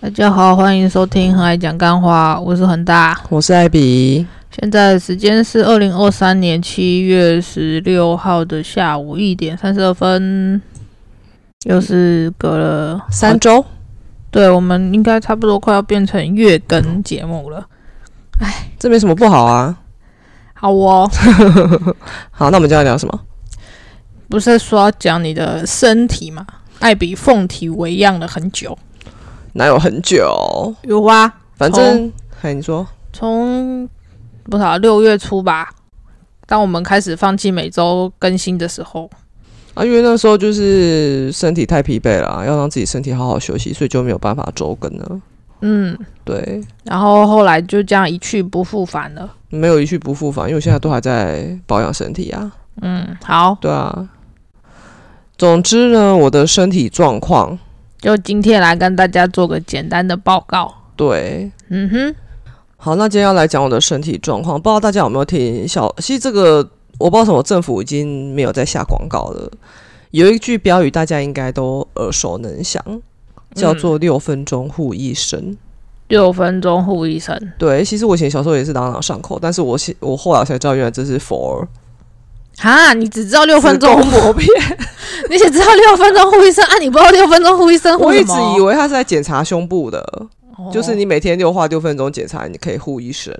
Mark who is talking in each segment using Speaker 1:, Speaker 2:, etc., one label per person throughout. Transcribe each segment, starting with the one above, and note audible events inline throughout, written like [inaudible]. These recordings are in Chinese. Speaker 1: 大家好，欢迎收听《很爱讲干话》，我是恒大。
Speaker 2: 我是艾比，
Speaker 1: 现在的时间是二零二三年七月十六号的下午一点三十二分，又是隔了
Speaker 2: 三周
Speaker 1: 对我们应该差不多快要变成月更节目了。
Speaker 2: 这没什么不好啊。
Speaker 1: 好哦，
Speaker 2: 好，那我们今天要聊什么？
Speaker 1: 不是说要讲你的身体吗？艾比凤体为样了很久，
Speaker 2: 哪有很久？
Speaker 1: 有啊，
Speaker 2: 反正，哎，你说，
Speaker 1: 从多少六月初吧，当我们开始放弃每周更新的时候，
Speaker 2: 啊，因为那时候就是身体太疲惫了啊，要让自己身体好好休息，所以就没有办法周更了。
Speaker 1: 嗯，
Speaker 2: 对，
Speaker 1: 然后后来就这样一去不复返了。
Speaker 2: 没有一去不复返，因为我现在都还在保养身体啊。
Speaker 1: 嗯，好，
Speaker 2: 对啊。总之呢，我的身体状况，
Speaker 1: 就今天来跟大家做个简单的报告。
Speaker 2: 对，
Speaker 1: 嗯哼，
Speaker 2: 好，那今天要来讲我的身体状况，不知道大家有没有听小？其实这个我不知道为什么政府已经没有在下广告了。有一句标语大家应该都耳熟能详，叫
Speaker 1: 嗯
Speaker 2: 做“六分钟护一生”
Speaker 1: 六分钟护一生
Speaker 2: 对，其实我以前小时候也是朗朗上口，但是我现我后来才知道，原来这是 for
Speaker 1: 哈，你只知道六分钟，
Speaker 2: 磨片。
Speaker 1: [laughs] 你只知道六分钟护一生啊？你不知道六分钟护一生护
Speaker 2: 我
Speaker 1: 什
Speaker 2: 一直
Speaker 1: 么？
Speaker 2: 以为他是在检查胸部的，
Speaker 1: 哦
Speaker 2: 就是你每天六花六分钟检查，你可以护一生。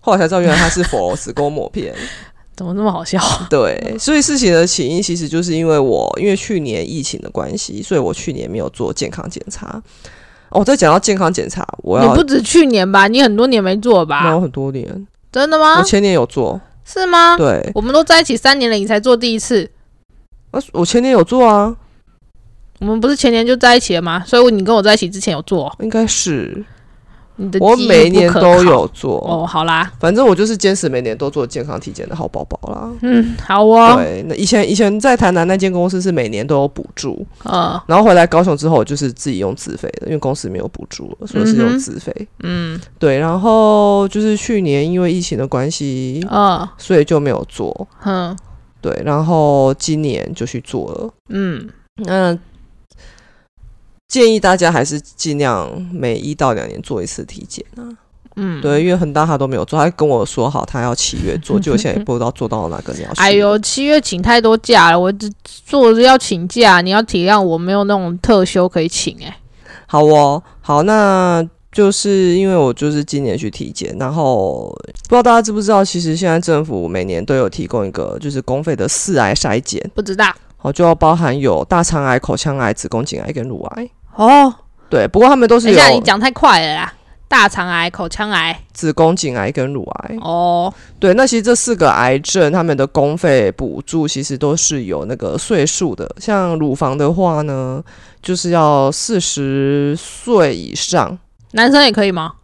Speaker 2: 后来才知道，原来他是 for [laughs] 子宫抹片。
Speaker 1: 怎么那么好笑？
Speaker 2: 对，所以事情的起因其实就是因为我因为去年疫情的关系，所以我去年没有做健康检查。哦，在讲到健康检查，我
Speaker 1: 你
Speaker 2: 要
Speaker 1: 不止去年吧？你很多年没做
Speaker 2: 那
Speaker 1: 吧
Speaker 2: 有？很多年，
Speaker 1: 真的吗
Speaker 2: 我？前年有做，
Speaker 1: 是吗？
Speaker 2: 对，
Speaker 1: 我们都在一起三年了，你才做第一次。
Speaker 2: 啊，我前年有做啊，
Speaker 1: 我们不是前年就在一起了吗？所以你跟我在一起之前有做，
Speaker 2: 应该是
Speaker 1: 你的
Speaker 2: 我
Speaker 1: 记忆
Speaker 2: 每
Speaker 1: 不
Speaker 2: 年
Speaker 1: 可
Speaker 2: 都
Speaker 1: 靠
Speaker 2: 有做，
Speaker 1: 哦。好啦，
Speaker 2: 反正我就是坚持每年都做健康体检的好宝宝啦。
Speaker 1: 嗯，好哦，
Speaker 2: 对，那以前以前在台南那间公司是每年都有补助，
Speaker 1: 呃，
Speaker 2: 然后回来高雄之后，我就是自己用自费的，因为公司没有补助，所以是
Speaker 1: 嗯哼
Speaker 2: 用自费。
Speaker 1: 嗯，
Speaker 2: 对，然后就是去年因为疫情的关系，
Speaker 1: 呃，
Speaker 2: 所以就没有做。
Speaker 1: 哼，
Speaker 2: 对，然后今年就去做了。
Speaker 1: 嗯。
Speaker 2: 那建议大家还是尽量每一到两年做一次体检啊。
Speaker 1: 嗯，
Speaker 2: 对，因为恒大他都没有做，他跟我说好他要七月做，结果现在也不知道做到哪个鸟事。
Speaker 1: 哎呦，七月请太多假了，我只坐着要请假，你要体谅我没有那种特休可以请哎、
Speaker 2: 好哦，好，那就是因为我就是今年去体检，然后不知道大家知不知道，其实现在政府每年都有提供一个就是公费的四癌筛检，
Speaker 1: 不知道
Speaker 2: 好就要包含有大肠癌、口腔癌、子宫颈癌跟乳癌。
Speaker 1: 哦。
Speaker 2: 对，不过他们都是哦
Speaker 1: 等一下，你
Speaker 2: 有
Speaker 1: 讲太快了啦，大肠癌、口腔癌
Speaker 2: 子宫颈癌跟乳癌。
Speaker 1: 哦，
Speaker 2: 对，那其实这四个癌症他们的公费补助其实都是有那个岁数的，像乳房的话呢，就是要四十岁以上
Speaker 1: 男生也可以吗？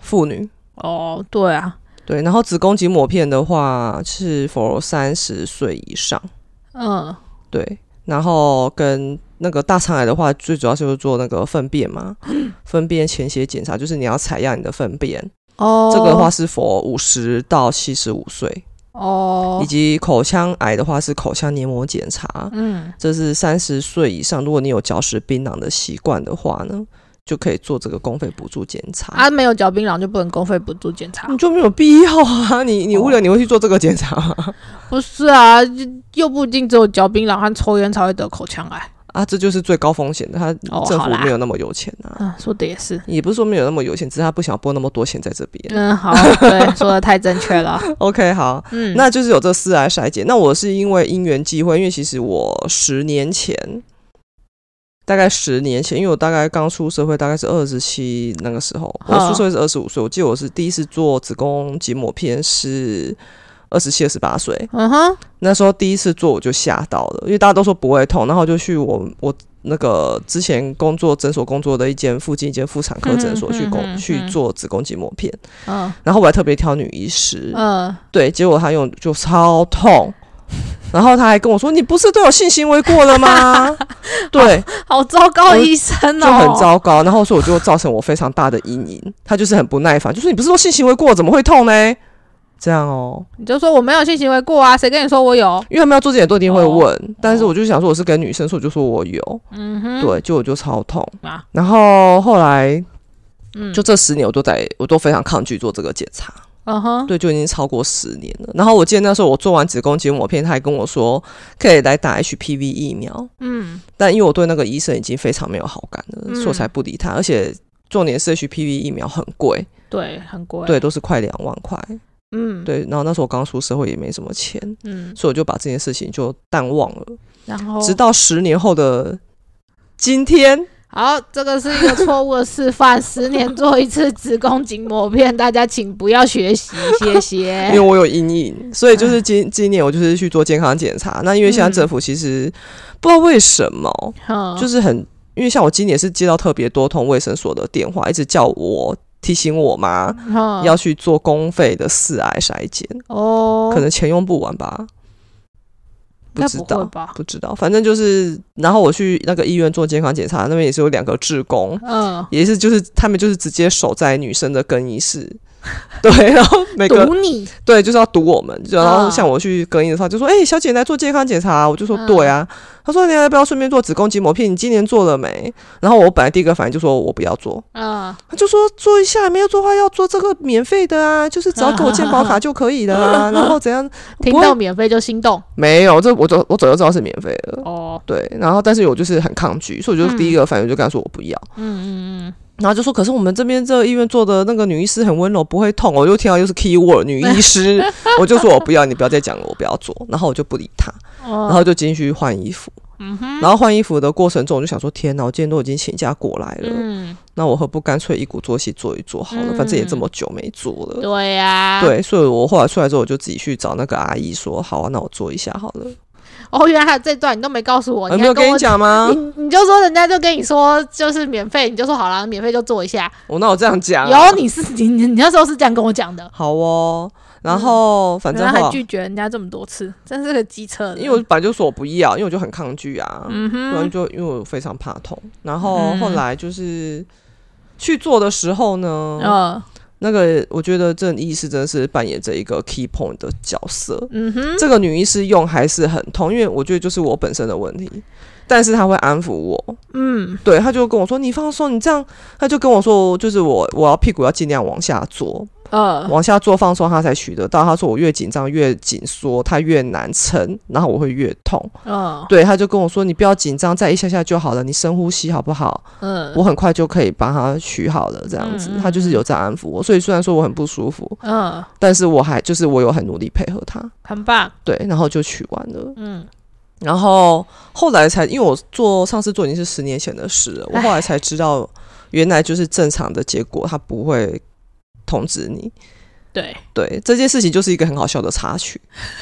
Speaker 2: 妇女。
Speaker 1: 哦，对啊，
Speaker 2: 对，然后子宫颈抹片的话是否三十岁以上？
Speaker 1: 嗯
Speaker 2: 对，然后跟那个大肠癌的话，最主要就是做那个粪便
Speaker 1: [clears throat]
Speaker 2: 嘛，粪便潜血检查，就是你要采样你的粪便。
Speaker 1: 哦，
Speaker 2: 这个的话是否五十到七十五岁，
Speaker 1: 哦
Speaker 2: 以，及口腔癌的话是口腔黏膜检查，
Speaker 1: 嗯
Speaker 2: 这是三十岁以上，如果你有嚼食槟榔的习惯的话呢，就可以做这个公费补助检查。
Speaker 1: 啊，没有嚼槟榔就不能公费补助检查
Speaker 2: 你，就没有必要啊！ [laughs] 你
Speaker 1: 哦
Speaker 2: 你无聊你会去做这个检查吗？
Speaker 1: 不是啊，就又不一定只有嚼槟榔和抽烟才会得口腔癌。
Speaker 2: 啊，这就是最高风险的，他
Speaker 1: 哦
Speaker 2: 政
Speaker 1: 好
Speaker 2: 府
Speaker 1: 啦
Speaker 2: 没有那么有钱啊，
Speaker 1: 嗯，说的也是。
Speaker 2: 也不是说没有那么有钱，只是他不想拨那么多钱在这边。
Speaker 1: 嗯，好，对，说的太正确
Speaker 2: [laughs]
Speaker 1: 了。
Speaker 2: OK，好，
Speaker 1: 啊嗯，
Speaker 2: 那就是有这四癌筛检。那我是因为因缘际会，因为其实我十年前，大概十年前，因为我大概刚出社会，大概是二十七那个时候，我
Speaker 1: 哦
Speaker 2: 出社会是二十五岁，我记得我是第一次做子宫颈抹片是。二十七、二十八岁，
Speaker 1: 嗯哼，
Speaker 2: 那时候第一次做我就吓到了，因为大家都说不会痛，然后我就去我我那个之前工作诊所工作的一间附近一间妇产科诊所
Speaker 1: 嗯
Speaker 2: 去工、
Speaker 1: 嗯嗯
Speaker 2: 去
Speaker 1: 嗯
Speaker 2: 做子宫颈抹片，
Speaker 1: 嗯
Speaker 2: 然后我还特别挑女医师，
Speaker 1: 嗯，
Speaker 2: 对，结果她用就超痛，然后她还跟我说：“你不是都有性行为过了吗？” [laughs] 对，
Speaker 1: 好糟糕，医哦生哦，
Speaker 2: 就很。糟糕。然后所以我就造成我非常大的阴影，她就是很不耐烦，就说：“你不是说性行为过，怎么会痛呢？”这样哦。
Speaker 1: 你就说我没有性行为过啊，谁跟你说我有？
Speaker 2: 因为他们要做之前都一定会
Speaker 1: 哦
Speaker 2: 问，但是我就想说我是跟女生，所以我就说我有，
Speaker 1: 嗯哼，
Speaker 2: 对，就我就超痛。
Speaker 1: 啊，
Speaker 2: 然后后来
Speaker 1: 嗯，
Speaker 2: 就这十年，我都在我都非常抗拒做这个检查，
Speaker 1: 嗯哼，
Speaker 2: 对，就已经超过十年了。然后我记得那时候我做完子宫颈抹片，他还跟我说可以来打 HPV 疫苗，
Speaker 1: 嗯
Speaker 2: 但因为我对那个医生已经非常没有好感了，
Speaker 1: 嗯
Speaker 2: 所以我才不理他。而且重点是 HPV 疫苗很贵，
Speaker 1: 对，很贵，
Speaker 2: 对，，都是快两万块，
Speaker 1: 嗯
Speaker 2: 对。然后那时候我刚出社会也没什么钱，
Speaker 1: 嗯，
Speaker 2: 所以我就把这件事情就淡忘了，
Speaker 1: 然后
Speaker 2: 直到十年后的今天。
Speaker 1: 好，这个是一个错误的示范，十年做一次子宫颈抹片，大家请不要学习，谢
Speaker 2: 因为
Speaker 1: 谢。
Speaker 2: 我 [laughs] 有阴
Speaker 1: 哎
Speaker 2: 影，所以就是今今年我就是去做健康检查。那因为现在政府其实不知道为什么，
Speaker 1: 嗯
Speaker 2: 就是很因为像我今年是接到特别多通卫生所的电话，一直叫我提醒我妈
Speaker 1: 嗯
Speaker 2: 要去做公费的四癌筛检，
Speaker 1: 哦，
Speaker 2: 可能钱用不完吧，
Speaker 1: 应该
Speaker 2: 知
Speaker 1: 不会
Speaker 2: 道。
Speaker 1: 吧？
Speaker 2: 不知道，反正就是，然后我去那个医院做健康检查，那边也是有两个志工，
Speaker 1: 嗯，
Speaker 2: 也是就是他们就是直接守在女生的更衣
Speaker 1: [laughs]
Speaker 2: 室，对，然后每个
Speaker 1: 赌你，
Speaker 2: 对，就是要堵我们。就然后
Speaker 1: 嗯
Speaker 2: 像我去更衣的时候，就说：“哎、小姐你来做健康检查啊、我就说：“
Speaker 1: 嗯
Speaker 2: 对啊。他说：“你要不要顺便做子宫颈抹片？你今年做了没？”然后我本来第一个反应就说：“我不要做。
Speaker 1: 嗯”
Speaker 2: 他就说：“做一下，没有做的话要做这个免费的啊，就是只要给我健
Speaker 1: [laughs]
Speaker 2: 保卡就可以的啊。然后怎样？
Speaker 1: 听
Speaker 2: 不
Speaker 1: 到
Speaker 2: 会
Speaker 1: 免费就心动
Speaker 2: 没有，这我早我早就知道是免费的。
Speaker 1: 哦，
Speaker 2: 对，然后但是我就是很抗拒，所以我就
Speaker 1: 嗯
Speaker 2: 第一个反应就跟他说我不要。
Speaker 1: 嗯嗯
Speaker 2: 然后就说，可是我们这边这个医院做的那个女医师很温柔，不会痛。我又听到又是 key word 女
Speaker 1: [laughs]
Speaker 2: 医师，我就说我不要，你不要再讲了，我不要做。然后我就不理他，
Speaker 1: 嗯，哦
Speaker 2: 然后就进去换衣服。
Speaker 1: 嗯哼，
Speaker 2: 然后换衣服的过程中，我就想说，天哪，我今天都已经请假过来了，
Speaker 1: 嗯，
Speaker 2: 那我何不干脆一鼓作气做一做好了？
Speaker 1: 嗯
Speaker 2: 反正也这么久没做了。
Speaker 1: 对啊呀，，
Speaker 2: 对，所以我后来出来之后，我就自己去找那个阿姨说，好啊，那我做一下好了。
Speaker 1: 哦，原来还有这段你都没告诉我，
Speaker 2: 有
Speaker 1: 你
Speaker 2: 没有
Speaker 1: 还
Speaker 2: 跟
Speaker 1: 我
Speaker 2: 你讲吗？
Speaker 1: 你你就说人家就跟你说就是免费，你就说好了，免费就做一下。
Speaker 2: 我那我这样讲啊、
Speaker 1: 有你是你你你那时候是这样跟我讲的，
Speaker 2: 好哦。然后反正
Speaker 1: 原来还
Speaker 2: 后来
Speaker 1: 拒绝人家这么多次，真是个机车。
Speaker 2: 因为我本来就说我不要，因为我就很抗拒啊。
Speaker 1: 嗯
Speaker 2: 然后
Speaker 1: 哼，
Speaker 2: 就因为我非常怕痛，然后
Speaker 1: 嗯
Speaker 2: 后来就是去做的时候呢，
Speaker 1: 嗯
Speaker 2: 那个我觉得郑医师真的是扮演着一个 key point 的角色。
Speaker 1: 嗯哼，
Speaker 2: 这个女医师用还是很痛，因为我觉得就是我本身的问题，但是她会安抚我，
Speaker 1: 嗯
Speaker 2: 对，她就跟我说你放松，你这样，她就跟我说就是我我要屁股要尽量往下坐，
Speaker 1: 呃
Speaker 2: 往下坐放松，她才取得到。她说我越紧张越紧缩，她越难撑，然后我会越痛。
Speaker 1: 嗯
Speaker 2: 对，她就跟我说你不要紧张，再一下下就好了，你深呼吸好不好？
Speaker 1: 嗯
Speaker 2: 我很快就可以帮他取好了，这样子
Speaker 1: 嗯嗯，嗯
Speaker 2: 他就是有在安抚我，所以虽然说我很不舒服，
Speaker 1: 嗯，
Speaker 2: 但是我还就是我有很努力配合他，
Speaker 1: 很棒，
Speaker 2: 对，然后就取完了，
Speaker 1: 嗯，
Speaker 2: 然后后来才因为我做上次做已经是十年前的事了，我
Speaker 1: 唉
Speaker 2: 后来才知道原来就是正常的结果，他不会通知你，
Speaker 1: 对，
Speaker 2: 对，这件事情就是一个很好笑的插曲，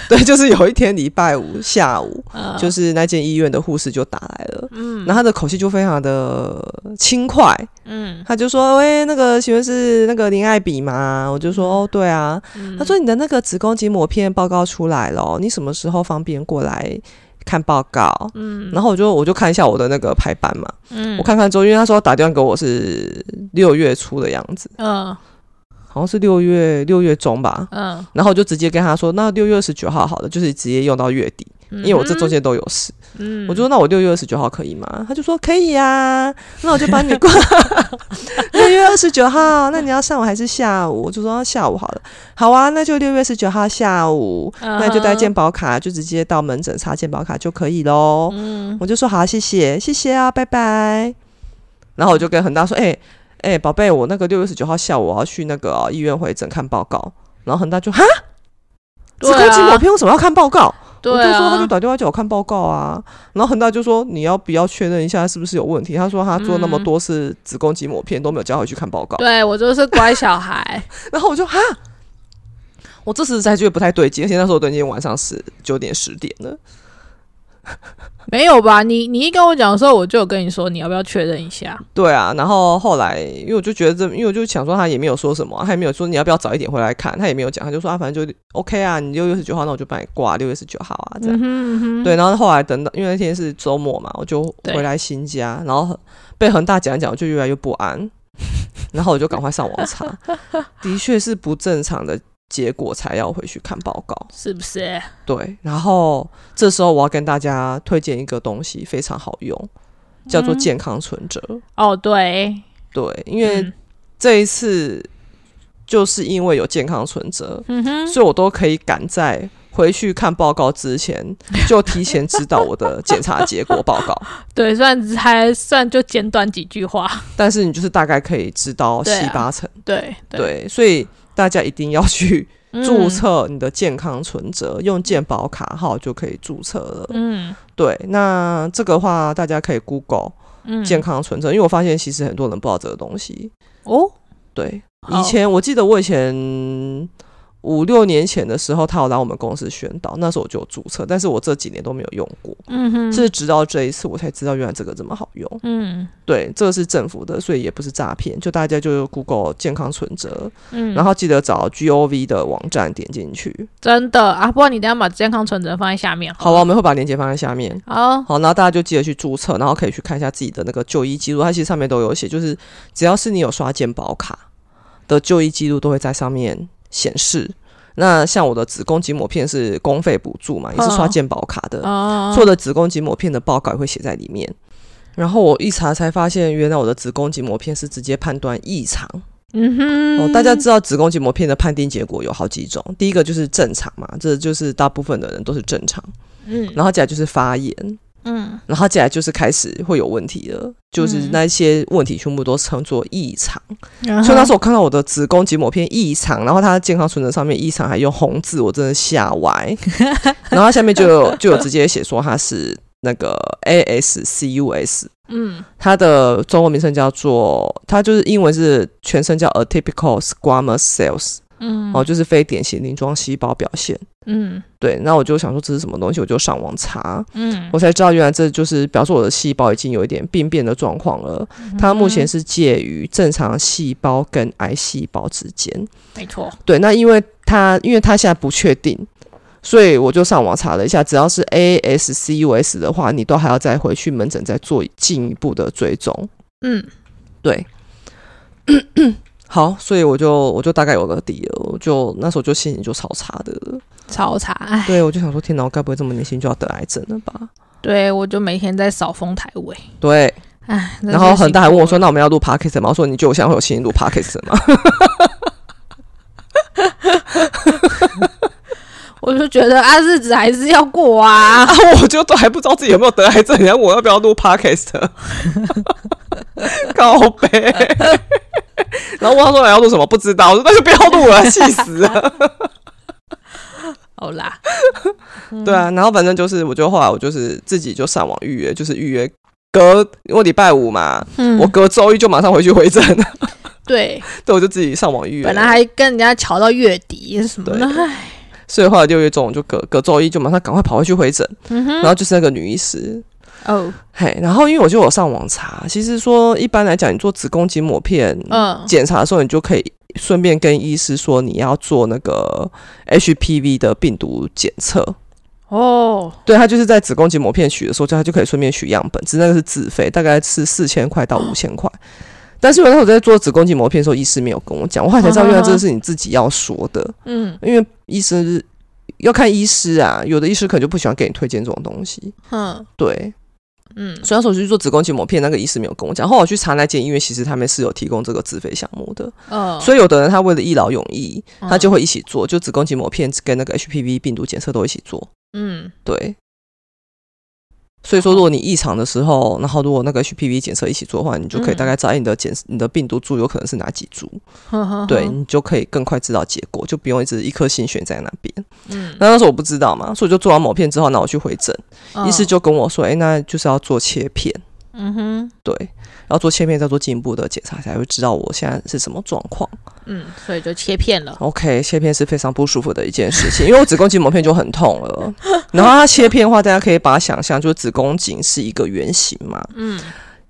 Speaker 2: 对，就是有一天礼拜五下午，
Speaker 1: 呃
Speaker 2: 就是那间医院的护士就打来了，
Speaker 1: 嗯
Speaker 2: 然后他的口气就非常的轻快。
Speaker 1: 嗯
Speaker 2: 他就说：“喂，那个请问是那个林爱比吗？”我就说：“哦，对啊。
Speaker 1: 嗯
Speaker 2: 他说：“你的那个子宫颈抹片报告出来了哦，你什么时候方便过来看报告？”
Speaker 1: 嗯
Speaker 2: 然后我就我就看一下我的那个排班嘛，
Speaker 1: 嗯
Speaker 2: 我看看之后，因为他说打电话给我是六月初的样子，
Speaker 1: 嗯
Speaker 2: 好像是六月六月中吧。
Speaker 1: 嗯，
Speaker 2: 然后我就直接跟他说：“那六月二十九号好了，就是直接用到月底，
Speaker 1: 因
Speaker 2: 因为我这中间都有事。
Speaker 1: 嗯
Speaker 2: 我就说那我六月二十九号可以吗？他就说可以啊，那我就帮你挂六月二十九号。那你要上午还是下午？我就说啊下午好了。好啊，那就六月十九号下午，那你就带
Speaker 1: 嗯
Speaker 2: 健保卡，就直接到门诊查健保卡就可以喽。
Speaker 1: 嗯
Speaker 2: 我就说好啊，谢谢，谢谢啊，拜拜。然后我就跟恒大说，哎、哎、宝贝，我那个六月十九号下午我要去那个、医院回诊看报告。然后恒大就哈，
Speaker 1: 对
Speaker 2: 子宫颈
Speaker 1: 啊
Speaker 2: 抹片为什么要看报告？我
Speaker 1: 对
Speaker 2: 就说他
Speaker 1: 啊
Speaker 2: 就，打电话叫我看报告啊，然后恒大就说你要不要确认一下是不是有问题？他说他做那么
Speaker 1: 嗯
Speaker 2: 多次子宫颈抹片都没有叫回去看报告，
Speaker 1: 对我就是乖小孩，
Speaker 2: 然后我就哈，我这时才觉得不太对劲，而且那时候都已经晚上十九点十点了，
Speaker 1: 没有吧？你你一跟我讲的时候，我就有跟你说你要不要确认一下。
Speaker 2: 对啊，然后后来因为我就觉得这，因为我就想说他也没有说什么啊，他也没有说你要不要早一点回来看，他也没有讲，他就说啊反正就 OK 啊，你六月十九号那我就帮你挂六月十九号啊这样
Speaker 1: 嗯。哼嗯哼，
Speaker 2: 对，然后后来等到，因为那天是周末嘛，我就
Speaker 1: 对
Speaker 2: 回来新家，然后被恒大讲一讲，我就 [laughs] 越来越不安，然后我就赶快上网查，的确是不正常的结果才要回去看报告。
Speaker 1: 是不是？
Speaker 2: 对，然后这时候我要跟大家推荐一个东西，非常好用，叫做
Speaker 1: 嗯
Speaker 2: 健康存折。
Speaker 1: 哦，对，
Speaker 2: 对，因为
Speaker 1: 嗯
Speaker 2: 这一次就是因为有健康存折，
Speaker 1: 嗯哼，
Speaker 2: 所以我都可以赶在回去看报告
Speaker 1: [laughs]
Speaker 2: 之前就提前知道我的检查结果报告。
Speaker 1: 对，虽然还算就简短几句话，
Speaker 2: 但是你就是大概可以知道
Speaker 1: 对啊
Speaker 2: 七八成。
Speaker 1: 对
Speaker 2: 对，所以大家一定要去
Speaker 1: 嗯
Speaker 2: 注册你的健康存折，用健保卡号就可以注册了。
Speaker 1: 嗯
Speaker 2: 对，那这个的话大家可以 Google
Speaker 1: 嗯，
Speaker 2: 健康存折，因为我发现其实很多人不知道这个东西。
Speaker 1: 哦，
Speaker 2: 对，
Speaker 1: 好
Speaker 2: 以前我记得我以前五六年前的时候，他有来我们公司宣导，那时候我就有注册，但是我这几年都没有用过，
Speaker 1: 嗯哼，
Speaker 2: 是直到这一次我才知道原来这个这么好用。
Speaker 1: 嗯
Speaker 2: 对，这个是政府的，所以也不是诈骗，就大家就 Google 健康存折，
Speaker 1: 嗯，
Speaker 2: 然后记得找 GOV 的网站点进去。
Speaker 1: 真的啊，不然你等一下把健康存折放在下面
Speaker 2: 好了，我们会把链接放在下面。
Speaker 1: 好，
Speaker 2: 好，然后大家就记得去注册，然后可以去看一下自己的那个就医记录，它其实上面都有写，就是只要是你有刷健保卡的就医记录，都会在上面显示。那像我的子宫颈抹片是公费补助嘛，也是刷
Speaker 1: 嗯
Speaker 2: 健保卡的，
Speaker 1: 哦，
Speaker 2: 做的子宫颈抹片的报告也会写在里面。然后我一查才发现，原来我的子宫颈抹片是直接判断异常。
Speaker 1: 嗯哼，
Speaker 2: 哦，大家知道子宫颈膜片的判定结果有好几种，第一个就是正常嘛，这就是大部分的人都是正常，
Speaker 1: 嗯
Speaker 2: 然后接下来就是发炎，
Speaker 1: 嗯
Speaker 2: 然后接下来就是开始会有问题了，就是
Speaker 1: 嗯
Speaker 2: 那些问题全部都称作异常。
Speaker 1: 嗯哼，
Speaker 2: 所以那时候我看到我的子宫颈膜片异常，然后它的健康存折上面异常还用红字，我真的吓
Speaker 1: [laughs]
Speaker 2: 歪。然后它下面就有就有直接写说它是那个 ASCUS，
Speaker 1: 嗯
Speaker 2: 它的中文名称叫做，它就是英文是全称叫 atypical squamous cells，、
Speaker 1: 嗯
Speaker 2: 哦，就是非典型鳞状细胞表现。
Speaker 1: 嗯
Speaker 2: 对，那我就想说这是什么东西，我就上网查，
Speaker 1: 嗯，
Speaker 2: 我才知道原来这就是表示我的细胞已经有一点病变的状况了。它目前是介于正常细胞跟癌细胞之间。
Speaker 1: 没错，
Speaker 2: 对，那因为它因为它现在不确定，所以我就上网查了一下，只要是 ASCUS 的话，你都还要再回去门诊再做进一步的追踪。
Speaker 1: 嗯
Speaker 2: 对， [coughs] 好，所以我就我就大概有个底了，我就那时候就心情就超差的了，
Speaker 1: 超差，哎，
Speaker 2: 对我就想说，天哪，我该不会这么年轻就要得癌症了吧？
Speaker 1: 对我就每天在扫风台位，
Speaker 2: 对，
Speaker 1: 哎，真
Speaker 2: 然后
Speaker 1: 是
Speaker 2: 恒大还
Speaker 1: 辛苦
Speaker 2: 问我说，
Speaker 1: 了，
Speaker 2: 那我们要录 podcast 吗？我说你觉得我现在会有心情录 podcast
Speaker 1: [laughs]
Speaker 2: 吗？ [laughs]
Speaker 1: 我就觉得啊，日子还是要过啊，
Speaker 2: 啊，我就都还不知道自己有没有得癌症，你还问我要不要录
Speaker 1: [laughs]
Speaker 2: podcast，告白。然后问他说你要录什么，不知道，我说那就不要录了，气死了。
Speaker 1: [laughs] 好啦，嗯
Speaker 2: 对啊，然后反正就是，我就后来我就是自己就上网预约，就是预约隔因为礼拜五嘛，
Speaker 1: 嗯
Speaker 2: 我隔周一就马上回去回诊，
Speaker 1: 对，
Speaker 2: [laughs] 对，我就自己上网预约。
Speaker 1: 本来还跟人家瞧到月底什么
Speaker 2: 对
Speaker 1: 的，哎
Speaker 2: 所以后来六月中我就隔隔周一就马上赶快跑回去回诊，
Speaker 1: 嗯
Speaker 2: 然
Speaker 1: 哼，
Speaker 2: 后就是那个女医师。
Speaker 1: 哦，
Speaker 2: 嘿，然后因为我就有上网查，其实说一般来讲，你做子宫颈抹片
Speaker 1: 嗯
Speaker 2: 检查的时候，你就可以顺便跟医师说你要做那个 HPV 的病毒检测。
Speaker 1: 哦，
Speaker 2: 对，他就是在子宫颈膜片取的时候，就他就可以顺便取样本，只是那个是自费，大概是四千块到五千块。但是因为那时候我在做子宫颈膜片的时候，医师没有跟我讲，我后来才知道，原来这个是你自己要说的，
Speaker 1: 嗯
Speaker 2: 因为医生要看医师啊，有的医师可能就不喜欢给你推荐这种东西。
Speaker 1: 哼，
Speaker 2: 对，
Speaker 1: 嗯
Speaker 2: 所以那时候我去做子宫颈膜片，那个医师没有跟我讲。后来我去查那间医院，其实他们是有提供这个自费项目的，
Speaker 1: 哦，嗯
Speaker 2: 所以有的人他为了一劳永逸，
Speaker 1: 以
Speaker 2: 他就会一起做，就子宫颈膜片跟那个 HPV 病毒检测都一起做。
Speaker 1: 嗯
Speaker 2: 对，所以说如果你异常的时候，然后如果那个 HPV 检测一起做的话，你就可以大概知道哎你的检你的病毒株有可能是哪几株，
Speaker 1: 呵呵呵
Speaker 2: 对你就可以更快知道结果，就不用一直一颗心悬在那边。
Speaker 1: 嗯，
Speaker 2: 那那时候我不知道嘛，所以我就做完某片之后，那我去回诊，医师
Speaker 1: 嗯
Speaker 2: 就跟我说，哎，那就是要做切片，
Speaker 1: 嗯哼
Speaker 2: 对，然后做切片再做进一步的检查才会知道我现在是什么状况。
Speaker 1: 嗯，所以就切片了，
Speaker 2: OK，切片是非常不舒服的一件事情，因为我子宫颈膜片就很痛
Speaker 1: [laughs]
Speaker 2: 了。然后它切片的话，大家可以把它想象，就是子宫颈是一个圆形嘛。
Speaker 1: 嗯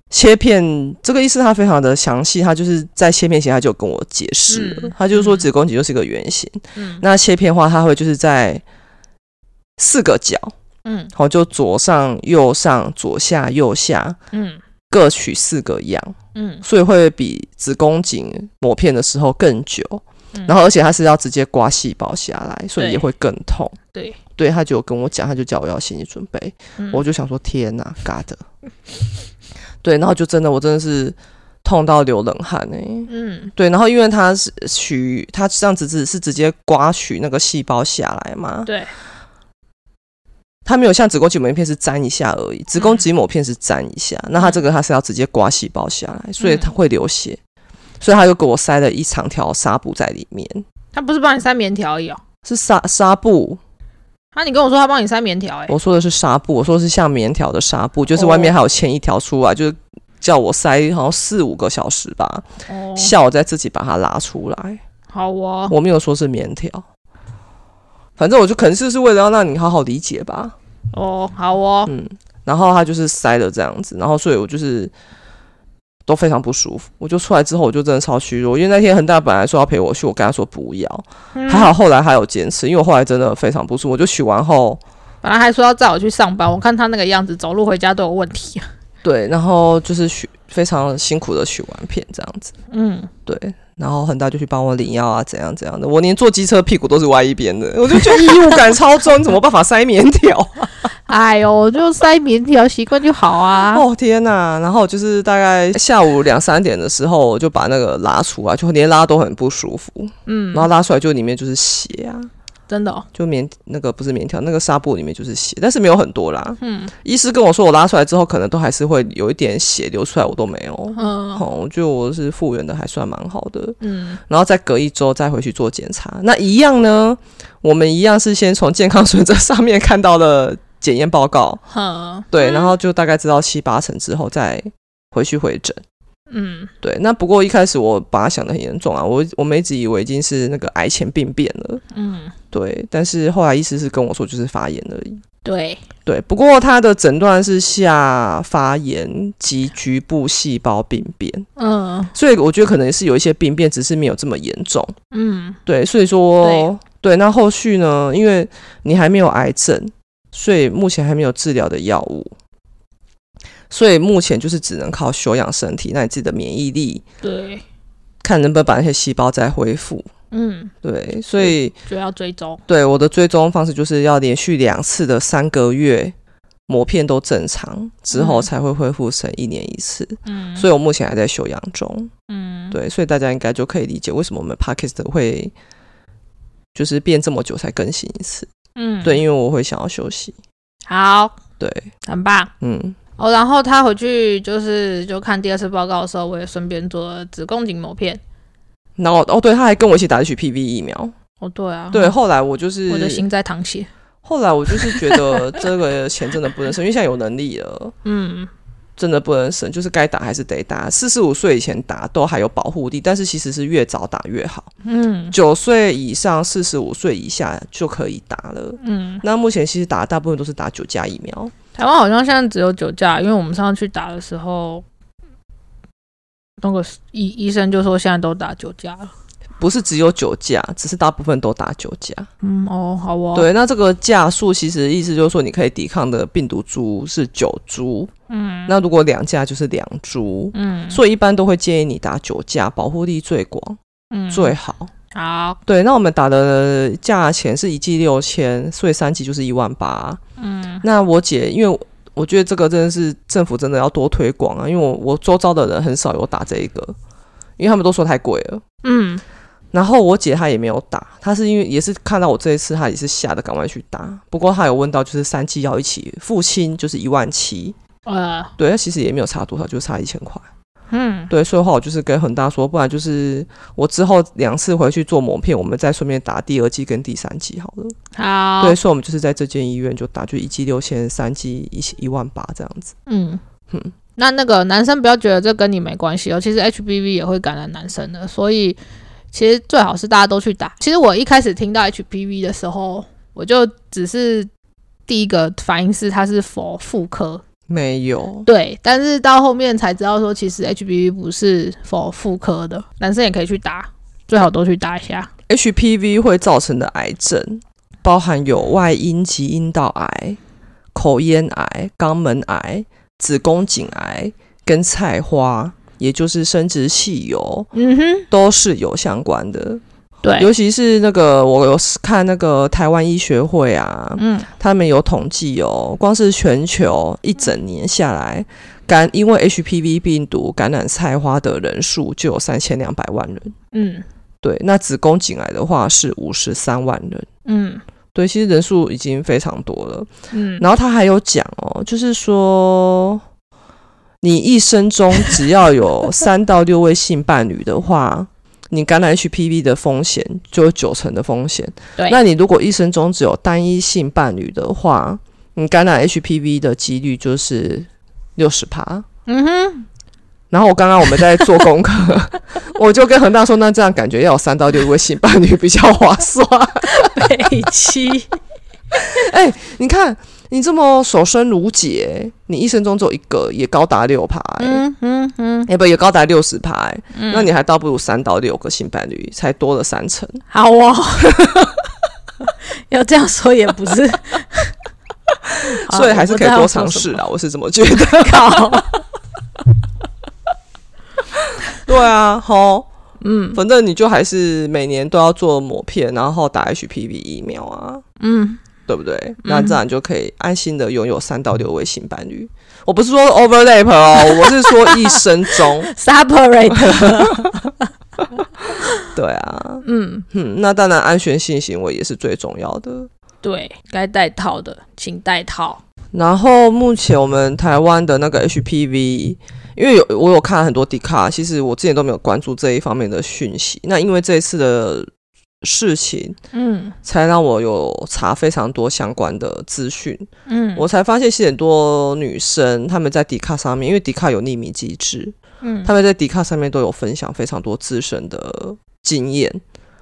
Speaker 2: 切片这个意思，它非常的详细，它就是在切片前他就有跟我解释了，
Speaker 1: 嗯
Speaker 2: 他就是说
Speaker 1: 嗯
Speaker 2: 子宫颈就是一个圆形。
Speaker 1: 嗯
Speaker 2: 那切片的话，它会就是在四个角，
Speaker 1: 嗯
Speaker 2: 好，就左上、右上、左下、右下
Speaker 1: 嗯
Speaker 2: 各取四个样，
Speaker 1: 嗯
Speaker 2: 所以会比子宫颈抹片的时候更久。
Speaker 1: 嗯
Speaker 2: 然后而且它是要直接刮细胞下来，所以
Speaker 1: 对
Speaker 2: 也会更痛。
Speaker 1: 对，
Speaker 2: 对，他就跟我讲，他就叫我要心理准备，
Speaker 1: 嗯
Speaker 2: 我就想说天哪，嘎的， [laughs] 对，然后就真的我真的是痛到流冷汗哎、
Speaker 1: 嗯
Speaker 2: 对，然后因为它是取它这样子只是直接刮取那个细胞下来嘛，
Speaker 1: 对，
Speaker 2: 它没有像子宫颈膜片是粘一下而已，子宫颈膜片是粘一下，
Speaker 1: 嗯
Speaker 2: 那它这个它是要直接刮细胞下来，所以它会流血，所以他就给我塞了一长条纱布在里面，
Speaker 1: 他不是帮你塞棉条而已哦。
Speaker 2: 是纱纱布，
Speaker 1: 啊，你跟我说他帮你塞棉条、欸，哎，
Speaker 2: 我说的是纱布，我说的是像棉条的纱布，
Speaker 1: 哦
Speaker 2: 就是外面还有牵一条出来，就是叫我塞好像四五个小时吧，
Speaker 1: 哦，
Speaker 2: 下午再自己把它拉出来。
Speaker 1: 好哦，
Speaker 2: 我没有说是棉条，反正我就可能就是为了要让你好好理解吧。
Speaker 1: 哦，好哦，
Speaker 2: 嗯，然后他就是塞了这样子，然后所以我就是都非常不舒服。我就出来之后，我就真的超虚弱，因为那天恒大本来说要陪我去，我跟他说不要，
Speaker 1: 嗯
Speaker 2: 还好后来还有坚持，因为我后来真的非常不舒服，我就许完后。
Speaker 1: 本来还说要载我去上班，我看他那个样子，走路回家都有问题。
Speaker 2: 对，然后就是许非常辛苦的许完片这样子，
Speaker 1: 嗯，
Speaker 2: 对，然后恒大就去帮我领药啊，怎样怎样的，我连坐机车屁股都是歪一边的，我就觉得异物感超重，怎么办法塞棉条？
Speaker 1: 哎呦，就塞棉条习惯就好啊。
Speaker 2: 哦天呐！然后就是大概下午两三点的时候，我就把那个拉出来，就连拉都很不舒服，
Speaker 1: 嗯
Speaker 2: 然，后拉出来就里面就是血啊，
Speaker 1: 真的哦、
Speaker 2: 就棉那个不是棉条，那个纱布里面就是血，但是没有很多啦。
Speaker 1: 嗯
Speaker 2: 医师跟我说，我拉出来之后可能都还是会有一点血流出来，我都没有。
Speaker 1: 嗯
Speaker 2: 哦，我觉得我是复原的还算蛮好的。
Speaker 1: 嗯，
Speaker 2: 然后再隔一周再回去做检查。那一样呢，我们一样是先从健康准则上面看到了检验报告，
Speaker 1: 哼，
Speaker 2: 对，然后就大概知道七八成之后再回去回诊。
Speaker 1: 嗯
Speaker 2: 对，那不过一开始我把它想得很严重啊，我我们一直以为已经是那个癌前病变了，
Speaker 1: 嗯，
Speaker 2: 对，但是后来医师是跟我说就是发炎而已。
Speaker 1: 对，
Speaker 2: 对，不过他的诊断是下发炎及局部细胞病变，
Speaker 1: 嗯
Speaker 2: 所以我觉得可能是有一些病变，只是没有这么严重。
Speaker 1: 嗯
Speaker 2: 对，所以说对那后续呢，因为你还没有癌症，所以目前还没有治疗的药物，所以目前就是只能靠修养身体，那你自己的免疫力，
Speaker 1: 对，
Speaker 2: 看能不能把那些细胞再恢复。
Speaker 1: 嗯，
Speaker 2: 对，所以
Speaker 1: 就要追踪。
Speaker 2: 对我的追踪方式就是要连续两次的三个月膜片都正常之后
Speaker 1: 嗯
Speaker 2: 才会恢复成一年一次，
Speaker 1: 嗯，
Speaker 2: 所以我目前还在休养中。
Speaker 1: 嗯，
Speaker 2: 对，所以大家应该就可以理解为什么我们 podcast 会就是变这么久才更新一次。
Speaker 1: 嗯，
Speaker 2: 对，，因为我会想要休息。
Speaker 1: 好，
Speaker 2: 对，
Speaker 1: 很棒。
Speaker 2: 嗯，
Speaker 1: 哦，然后他回去就是就看第二次报告的时候，我也顺便做了子宫颈膜片。
Speaker 2: 然后哦，对，他还跟我一起打 HPV 疫苗。
Speaker 1: 哦，对啊，
Speaker 2: 对，后来我就是
Speaker 1: 我的心在淌血。
Speaker 2: 后来我就是觉得这个钱真的不能省，因为现在有能力了，
Speaker 1: 嗯
Speaker 2: 真的不能省，就是该打还是得打。四十五岁以前打都还有保护力，但是其实是越早打越好。
Speaker 1: 嗯
Speaker 2: 九岁以上、四十五岁以下就可以打了。
Speaker 1: 嗯，
Speaker 2: 那目前其实打的大部分都是打九价疫苗，
Speaker 1: 台湾好像现在只有酒驾，因为我们上次去打的时候，那个医医生就说现在都打酒驾了。
Speaker 2: 不是只有九价，只是大部分都打九价。
Speaker 1: 嗯，哦，好哦。，
Speaker 2: 对，那这个价数其实意思就是说，你可以抵抗的病毒株是九株，
Speaker 1: 嗯，
Speaker 2: 那如果两价就是两株，
Speaker 1: 嗯
Speaker 2: 所以一般都会建议你打九价，保护力最广、
Speaker 1: 嗯
Speaker 2: 最好。
Speaker 1: 好，
Speaker 2: 对，那我们打的价钱是一剂六千，所以三剂就是一万八。
Speaker 1: 嗯
Speaker 2: 那我姐因为。我觉得这个真的是政府真的要多推广啊，因为我我周遭的人很少有打这一个，因为他们都说太贵了。
Speaker 1: 嗯
Speaker 2: 然后我姐她也没有打，她是因为也是看到我这一次，她也是吓得赶快去打。不过她有问到，就是三剂要一起付清，就是一万七，
Speaker 1: 呃
Speaker 2: 对，她其实也没有差多少，就差一千块。
Speaker 1: 嗯
Speaker 2: 对，所以的话我就是跟恒大说，不然就是我之后两次回去做膜片，我们再顺便打第二剂跟第三剂好了。
Speaker 1: 好，
Speaker 2: 对，所以我们就是在这间医院就打，就一剂六千，三剂一一万八这样子。
Speaker 1: 嗯
Speaker 2: 嗯
Speaker 1: 那那个男生不要觉得这跟你没关系哦，其实 HPV 也会感染男生的，所以其实最好是大家都去打。其实我一开始听到 HPV 的时候，我就只是第一个反应是它是否妇科，
Speaker 2: 没有，
Speaker 1: 对，但是到后面才知道说，其实 HPV 不是否妇科的，男生也可以去打，最好都去打一下。
Speaker 2: HPV 会造成的癌症，包含有外阴及阴道癌、口咽癌、肛门癌、子宫颈癌跟菜花，也就是生殖系瘤，
Speaker 1: 嗯哼，
Speaker 2: 都是有相关的。
Speaker 1: 对，
Speaker 2: 尤其是那个我有看那个台湾医学会啊，
Speaker 1: 嗯，
Speaker 2: 他们有统计哦，光是全球一整年下来，感因为 HPV 病毒感染菜花的人数就有三千两百万人。
Speaker 1: 嗯
Speaker 2: 对，那子宫颈癌的话是五十三万人。
Speaker 1: 嗯
Speaker 2: 对，其实人数已经非常多了。
Speaker 1: 嗯，
Speaker 2: 然后他还有讲哦，就是说，你一生中只要有三到六位性伴侣的话，你感染 HPV 的风险就有九成的风险。
Speaker 1: 对
Speaker 2: 那你如果一生中只有单一性伴侣的话，你感染 HPV 的几率就是六十趴。
Speaker 1: 嗯哼，
Speaker 2: 然后我刚刚我们在做功课， [laughs] 我就跟恒大说，那这样感觉要有三到六位性伴侣比较划算。
Speaker 1: 北七，
Speaker 2: 你看，你这么守身如姐，你一生中只有一个，也高达六趴、欸，
Speaker 1: 嗯嗯嗯，
Speaker 2: 哎、不也高达六十趴，欸
Speaker 1: 嗯
Speaker 2: 那你还倒不如三到六个性伴侣，才多了三成。
Speaker 1: 好哦。 [laughs] 要这样说也不是， [laughs] 好
Speaker 2: 所以还是可以多尝。
Speaker 1: 啊我不知
Speaker 2: 试
Speaker 1: 道要说什么
Speaker 2: 啦，我是这么觉得。
Speaker 1: [laughs] 靠，
Speaker 2: [laughs] 对啊，吼，
Speaker 1: 嗯
Speaker 2: 反正你就还是每年都要做抹片，然后打 HPV 疫苗啊，
Speaker 1: 嗯，
Speaker 2: 对不对？那这样就可以安心的拥有三到六位性伴侣。我不是说 overlap 哦，我是说一生中。 [laughs]
Speaker 1: separate，
Speaker 2: 对啊，
Speaker 1: 嗯，
Speaker 2: 嗯，那当然安全性行为也是最重要的。
Speaker 1: 对，该戴套的请戴套。
Speaker 2: 然后目前我们台湾的那个 HPV，因为有我有看很多迪卡，其实我之前都没有关注这一方面的讯息。那因为这一次的事情，
Speaker 1: 嗯
Speaker 2: 才让我有查非常多相关的资讯，
Speaker 1: 嗯，
Speaker 2: 我才发现其实很多女生她们在迪卡上面，因为迪卡有匿名机制，
Speaker 1: 嗯
Speaker 2: 她们在迪卡上面都有分享非常多自身的经验。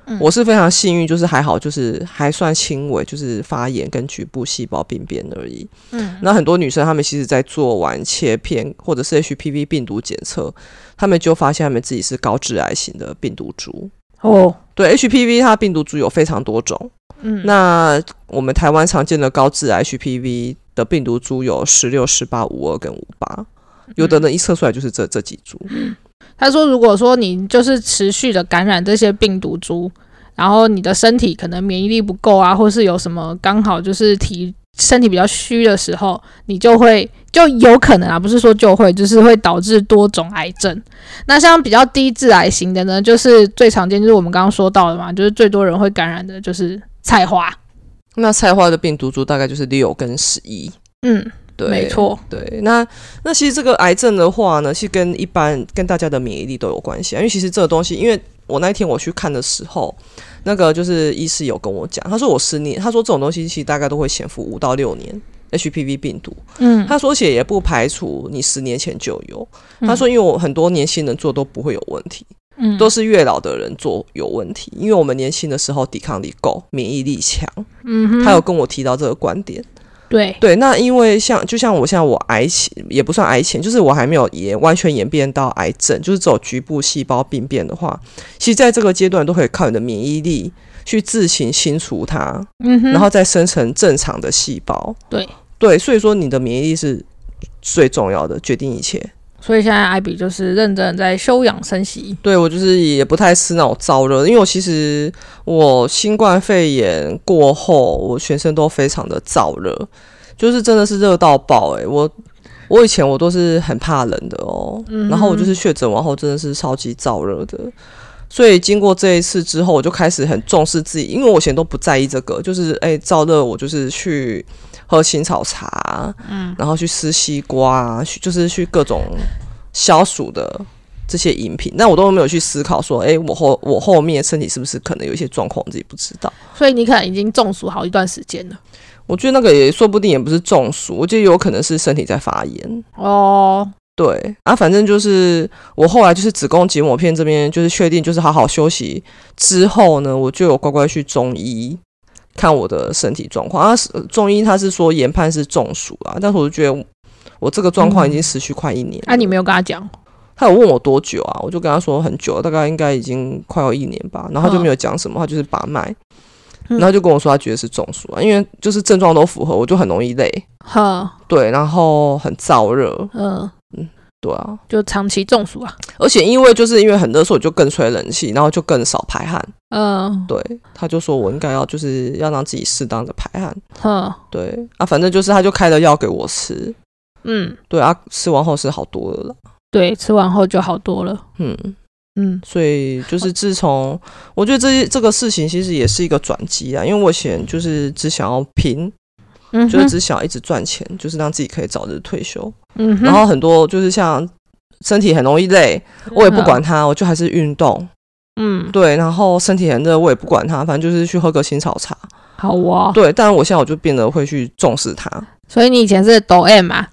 Speaker 1: 嗯
Speaker 2: 我是非常幸运，就是还好，就是还算轻微，就是发炎跟局部细胞病变而已。
Speaker 1: 嗯
Speaker 2: 那很多女生她们其实，在做完切片或者是 HPV 病毒检测，她们就发现她们自己是高致癌型的病毒株。
Speaker 1: 哦
Speaker 2: 对 HPV，它病毒株有非常多种。
Speaker 1: 嗯
Speaker 2: 那我们台湾常见的高致癌 HPV 的病毒株有十六、十八、五二跟五八，
Speaker 1: 嗯
Speaker 2: 有的人一测出来就是这这几株。
Speaker 1: 他说，如果说你就是持续的感染这些病毒株，然后你的身体可能免疫力不够啊，或是有什么刚好就是体身体比较虚的时候，你就会就有可能啊，不是说就会，就是会导致多种癌症。那像比较低致癌型的呢，就是最常见就是我们刚刚说到的嘛，就是最多人会感染的就是菜花。
Speaker 2: 那菜花的病毒株大概就是六跟十一。
Speaker 1: 嗯，
Speaker 2: 对，
Speaker 1: 没错。
Speaker 2: 对，那那其实这个癌症的话呢，是跟一般跟大家的免疫力都有关系啊。因为其实这个东西，因为我那一天我去看的时候，那个就是医师有跟我讲，他说我十年，他说这种东西其实大概都会潜伏五到六年。HPV 病毒，
Speaker 1: 嗯，
Speaker 2: 他说且也不排除你十年前就有。
Speaker 1: 嗯
Speaker 2: 他说，因为我很多年轻人做都不会有问题，
Speaker 1: 嗯
Speaker 2: 都是越老的人做有问题，因为我们年轻的时候抵抗力够，免疫力强。
Speaker 1: 嗯哼，
Speaker 2: 他有跟我提到这个观点。
Speaker 1: 对，
Speaker 2: 对，那因为像就像我现在我癌前也不算癌前，就是我还没有演完全演变到癌症，就是只有局部细胞病变的话，其实在这个阶段都可以靠你的免疫力去自行清除它，
Speaker 1: 嗯哼，
Speaker 2: 然后再生成正常的细胞。
Speaker 1: 对
Speaker 2: 对，所以说你的免疫力是最重要的，决定一切。
Speaker 1: 所以现在艾比就是认真地在休养生息。
Speaker 2: 对我就是也不太吃那种燥热，因为我其实我新冠肺炎过后，我全身都非常的燥热，就是真的是热到爆诶、我我以前我都是很怕冷的哦，
Speaker 1: 嗯
Speaker 2: 然后我就是确诊完后真的是超级燥热的。所以经过这一次之后，我就开始很重视自己，因为我以前都不在意这个，就是诶燥热我就是去喝青草茶，嗯，然后去吃西瓜啊，去就是去各种消暑的这些饮品，那我都没有去思考说，哎、我后我后面身体是不是可能有一些状况，我自己不知道。
Speaker 1: 所以你可能已经中暑好一段时间了。
Speaker 2: 我觉得那个也说不定也不是中暑，我觉得有可能是身体在发炎。
Speaker 1: 哦，
Speaker 2: 对啊，反正就是我后来就是子宫颈抹片这边就是确定就是好好休息之后呢，我就有乖乖去中医看我的身体状况啊。是中医他是说研判是中暑啊，但是我就觉得我这个状况已经持续快一年了。
Speaker 1: 啊，你没有跟他讲，
Speaker 2: 他有问我多久啊，我就跟他说很久了，大概应该已经快要一年吧。然后他就没有讲什么，他就是把脉，
Speaker 1: 嗯
Speaker 2: 然后就跟我说他觉得是中暑啊，因为就是症状都符合，我就很容易累，
Speaker 1: 呵，
Speaker 2: 对，然后很燥热，
Speaker 1: 嗯，
Speaker 2: 对啊，
Speaker 1: 就长期中暑啊。
Speaker 2: 而且因为就是因为很热，所以就更吹冷气，然后就更少排汗。
Speaker 1: 嗯，
Speaker 2: 对，他就说我应该要就是要让自己适当的排汗。
Speaker 1: 哼，
Speaker 2: 对啊，反正就是他就开了药给我吃。
Speaker 1: 嗯，
Speaker 2: 对啊，吃完后是好多了啦。
Speaker 1: 对，吃完后就好多了。
Speaker 2: 嗯，
Speaker 1: 嗯
Speaker 2: 所以就是自从我觉得这这个事情其实也是一个转机啊，因为我以前就是只想要拼，
Speaker 1: 嗯
Speaker 2: 就是
Speaker 1: 哼，
Speaker 2: 只想要一直赚钱，就是让自己可以早日退休。
Speaker 1: 嗯哼，
Speaker 2: 然后很多就是像身体很容易累，我也不管它，我就还是运动。
Speaker 1: 嗯，
Speaker 2: 对，然后身体很热，我也不管它，反正就是去喝个青草茶。
Speaker 1: 好哦。
Speaker 2: 对，但我现在我就变得会去重视它，
Speaker 1: [laughs] 所以你以前是抖 M 啊嘛，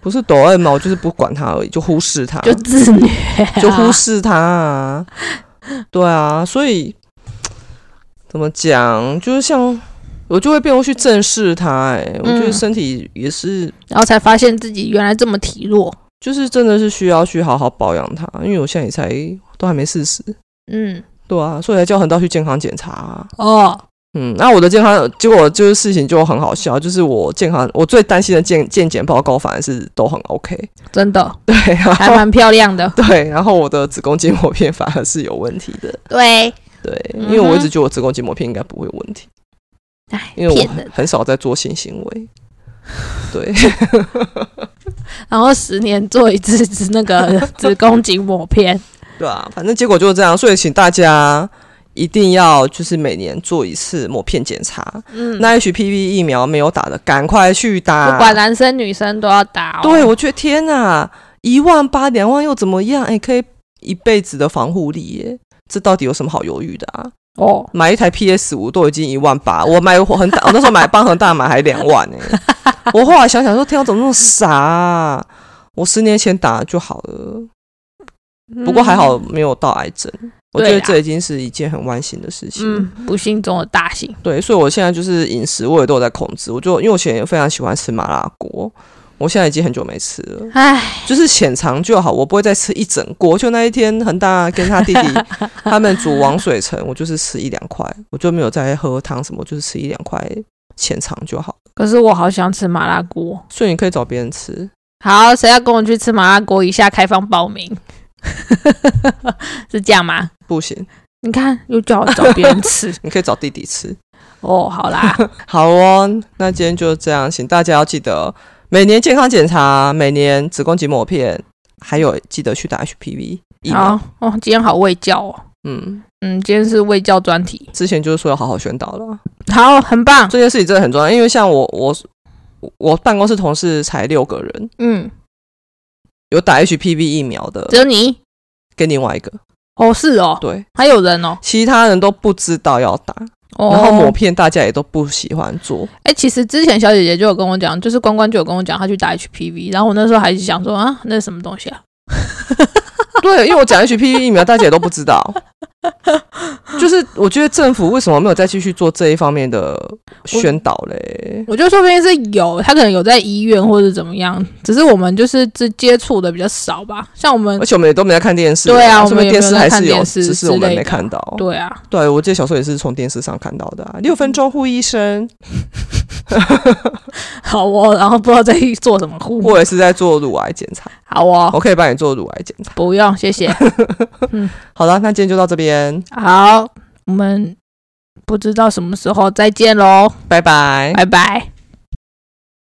Speaker 2: 不是抖 M 啊嘛，我就是不管它而已，就忽视它，
Speaker 1: 就自虐、啊，
Speaker 2: [laughs] 就忽视它、啊。对啊，所以怎么讲，就是像我就会变过去正视它、欸。我觉得
Speaker 1: 嗯
Speaker 2: 身体也是，
Speaker 1: 然后才发现自己原来这么体弱。
Speaker 2: 就是真的是需要去好好保养它，因为我现在也才都还没四十，
Speaker 1: 嗯，
Speaker 2: 对啊，所以才叫横道去健康检查啊、
Speaker 1: 哦，
Speaker 2: 嗯，那我的健康结果就是事情就很好笑，就是我健康我最担心的健健检报告反而是都很 OK，
Speaker 1: 真的 [laughs]
Speaker 2: 对，然
Speaker 1: 还
Speaker 2: 后。
Speaker 1: 蛮漂亮的
Speaker 2: 对，然后我的子宫筋膜片反而是有问题的，
Speaker 1: 对，
Speaker 2: 对，因为我一
Speaker 1: 嗯
Speaker 2: 直
Speaker 1: 哼
Speaker 2: 觉得我子宫筋膜片应该不会有问题，
Speaker 1: 哎，
Speaker 2: 因为我
Speaker 1: 骗人。
Speaker 2: 很少在做性
Speaker 1: [laughs]
Speaker 2: 行为，对，
Speaker 1: [laughs] 然后十年做一次子那 [laughs] 个子宫颈抹片。
Speaker 2: 对啊，反正结果就是这样，所以请大家一定要就是每年做一次膜片检查，
Speaker 1: 嗯，
Speaker 2: 那 HPV 疫苗没有打的，赶快去打。
Speaker 1: 不管男生女生都要打哦。
Speaker 2: 对，我觉得天哪，一万八两万又怎么样？哎，可以一辈子的防护力耶，这到底有什么好犹豫的啊？
Speaker 1: 哦，
Speaker 2: 买一台 PS 五都已经一万八，我买恒大， [laughs] 我那时候买帮恒大买还两万
Speaker 1: [laughs]
Speaker 2: 呢。我后来想想说，天啊，怎么那么傻、啊？我十年前打就好了，不过还好没有到癌症。我觉
Speaker 1: 对
Speaker 2: 得
Speaker 1: 啦
Speaker 2: 这已经是一件很万幸的事情。
Speaker 1: 嗯，嗯，不幸中的大幸。
Speaker 2: 对，所以我现在就是饮食我也都有在控制。我就因为我以前也非常喜欢吃麻辣锅，我现在已经很久没吃了，
Speaker 1: 唉，
Speaker 2: 就是浅尝就好，我不会再吃一整锅。就那一天恒大跟他弟弟他们煮王水城，我就是吃一两块，我就没有再喝汤什么，就是吃一两块浅尝就好。
Speaker 1: 可是我好想吃麻辣锅。
Speaker 2: 所以你可以找别人吃，
Speaker 1: 好，谁要跟我去吃麻辣锅？以下开放报名， [laughs] 是这样吗？
Speaker 2: 不行，
Speaker 1: 你看，又叫我找别人
Speaker 2: [laughs]
Speaker 1: 吃
Speaker 2: 你可以找弟弟吃。
Speaker 1: 哦。好
Speaker 2: [laughs]
Speaker 1: 啦，
Speaker 2: 好哦，那今天就这样，请大家要记得每年健康检查，每年子宫颈抹片，还有记得去打 HPV 疫苗。
Speaker 1: 好哦，今天好喂教哦。
Speaker 2: 嗯。
Speaker 1: 嗯，今天是喂教专题，
Speaker 2: 之前就是说要好好宣导了，
Speaker 1: 好，很棒。
Speaker 2: 这件事情真的很重要。因为像我，我我办公室同事才六个人，
Speaker 1: 嗯，
Speaker 2: 有打 HPV 疫苗的
Speaker 1: 只有你
Speaker 2: 跟另外一个，
Speaker 1: 哦，是哦，
Speaker 2: 对，
Speaker 1: 还有人哦。
Speaker 2: 其他人都不知道要打，
Speaker 1: 哦，
Speaker 2: 然后抹片大家也都不喜欢做，
Speaker 1: 哎、其实之前小姐姐就有跟我讲，就是关关就有跟我讲，她去打 HPV，然后我那时候还想说啊，那是什么东西啊？
Speaker 2: 对，因为我讲 HPV 疫苗，大家也都不知道。就是我觉得政府为什么没有再继续做这一方面的宣导嘞？
Speaker 1: 我觉得说不定是有，她可能有在医院或者怎么样，只是我们就是接接触的比较少吧。像我们
Speaker 2: 而，且我们也都没在看电视，
Speaker 1: 对啊
Speaker 2: 说明
Speaker 1: 我们也没有
Speaker 2: 电视
Speaker 1: 在
Speaker 2: 还
Speaker 1: 看
Speaker 2: 是有，
Speaker 1: 电视
Speaker 2: 只是我
Speaker 1: 之
Speaker 2: 们
Speaker 1: 类
Speaker 2: 没
Speaker 1: 的
Speaker 2: 看到。
Speaker 1: 对啊， [laughs]
Speaker 2: 对，我记得小时候也是从电视上看到的、啊，六分钟护医生，
Speaker 1: 好哦，然后不知道在做什么护
Speaker 2: 我也是在做乳癌检查，
Speaker 1: 好哦，
Speaker 2: 我可以帮你做乳癌检查。
Speaker 1: 不用，谢谢。
Speaker 2: 好了，那今天就到这边，
Speaker 1: 好，我们不知道什么时候再见喽，
Speaker 2: 拜拜。
Speaker 1: 拜拜。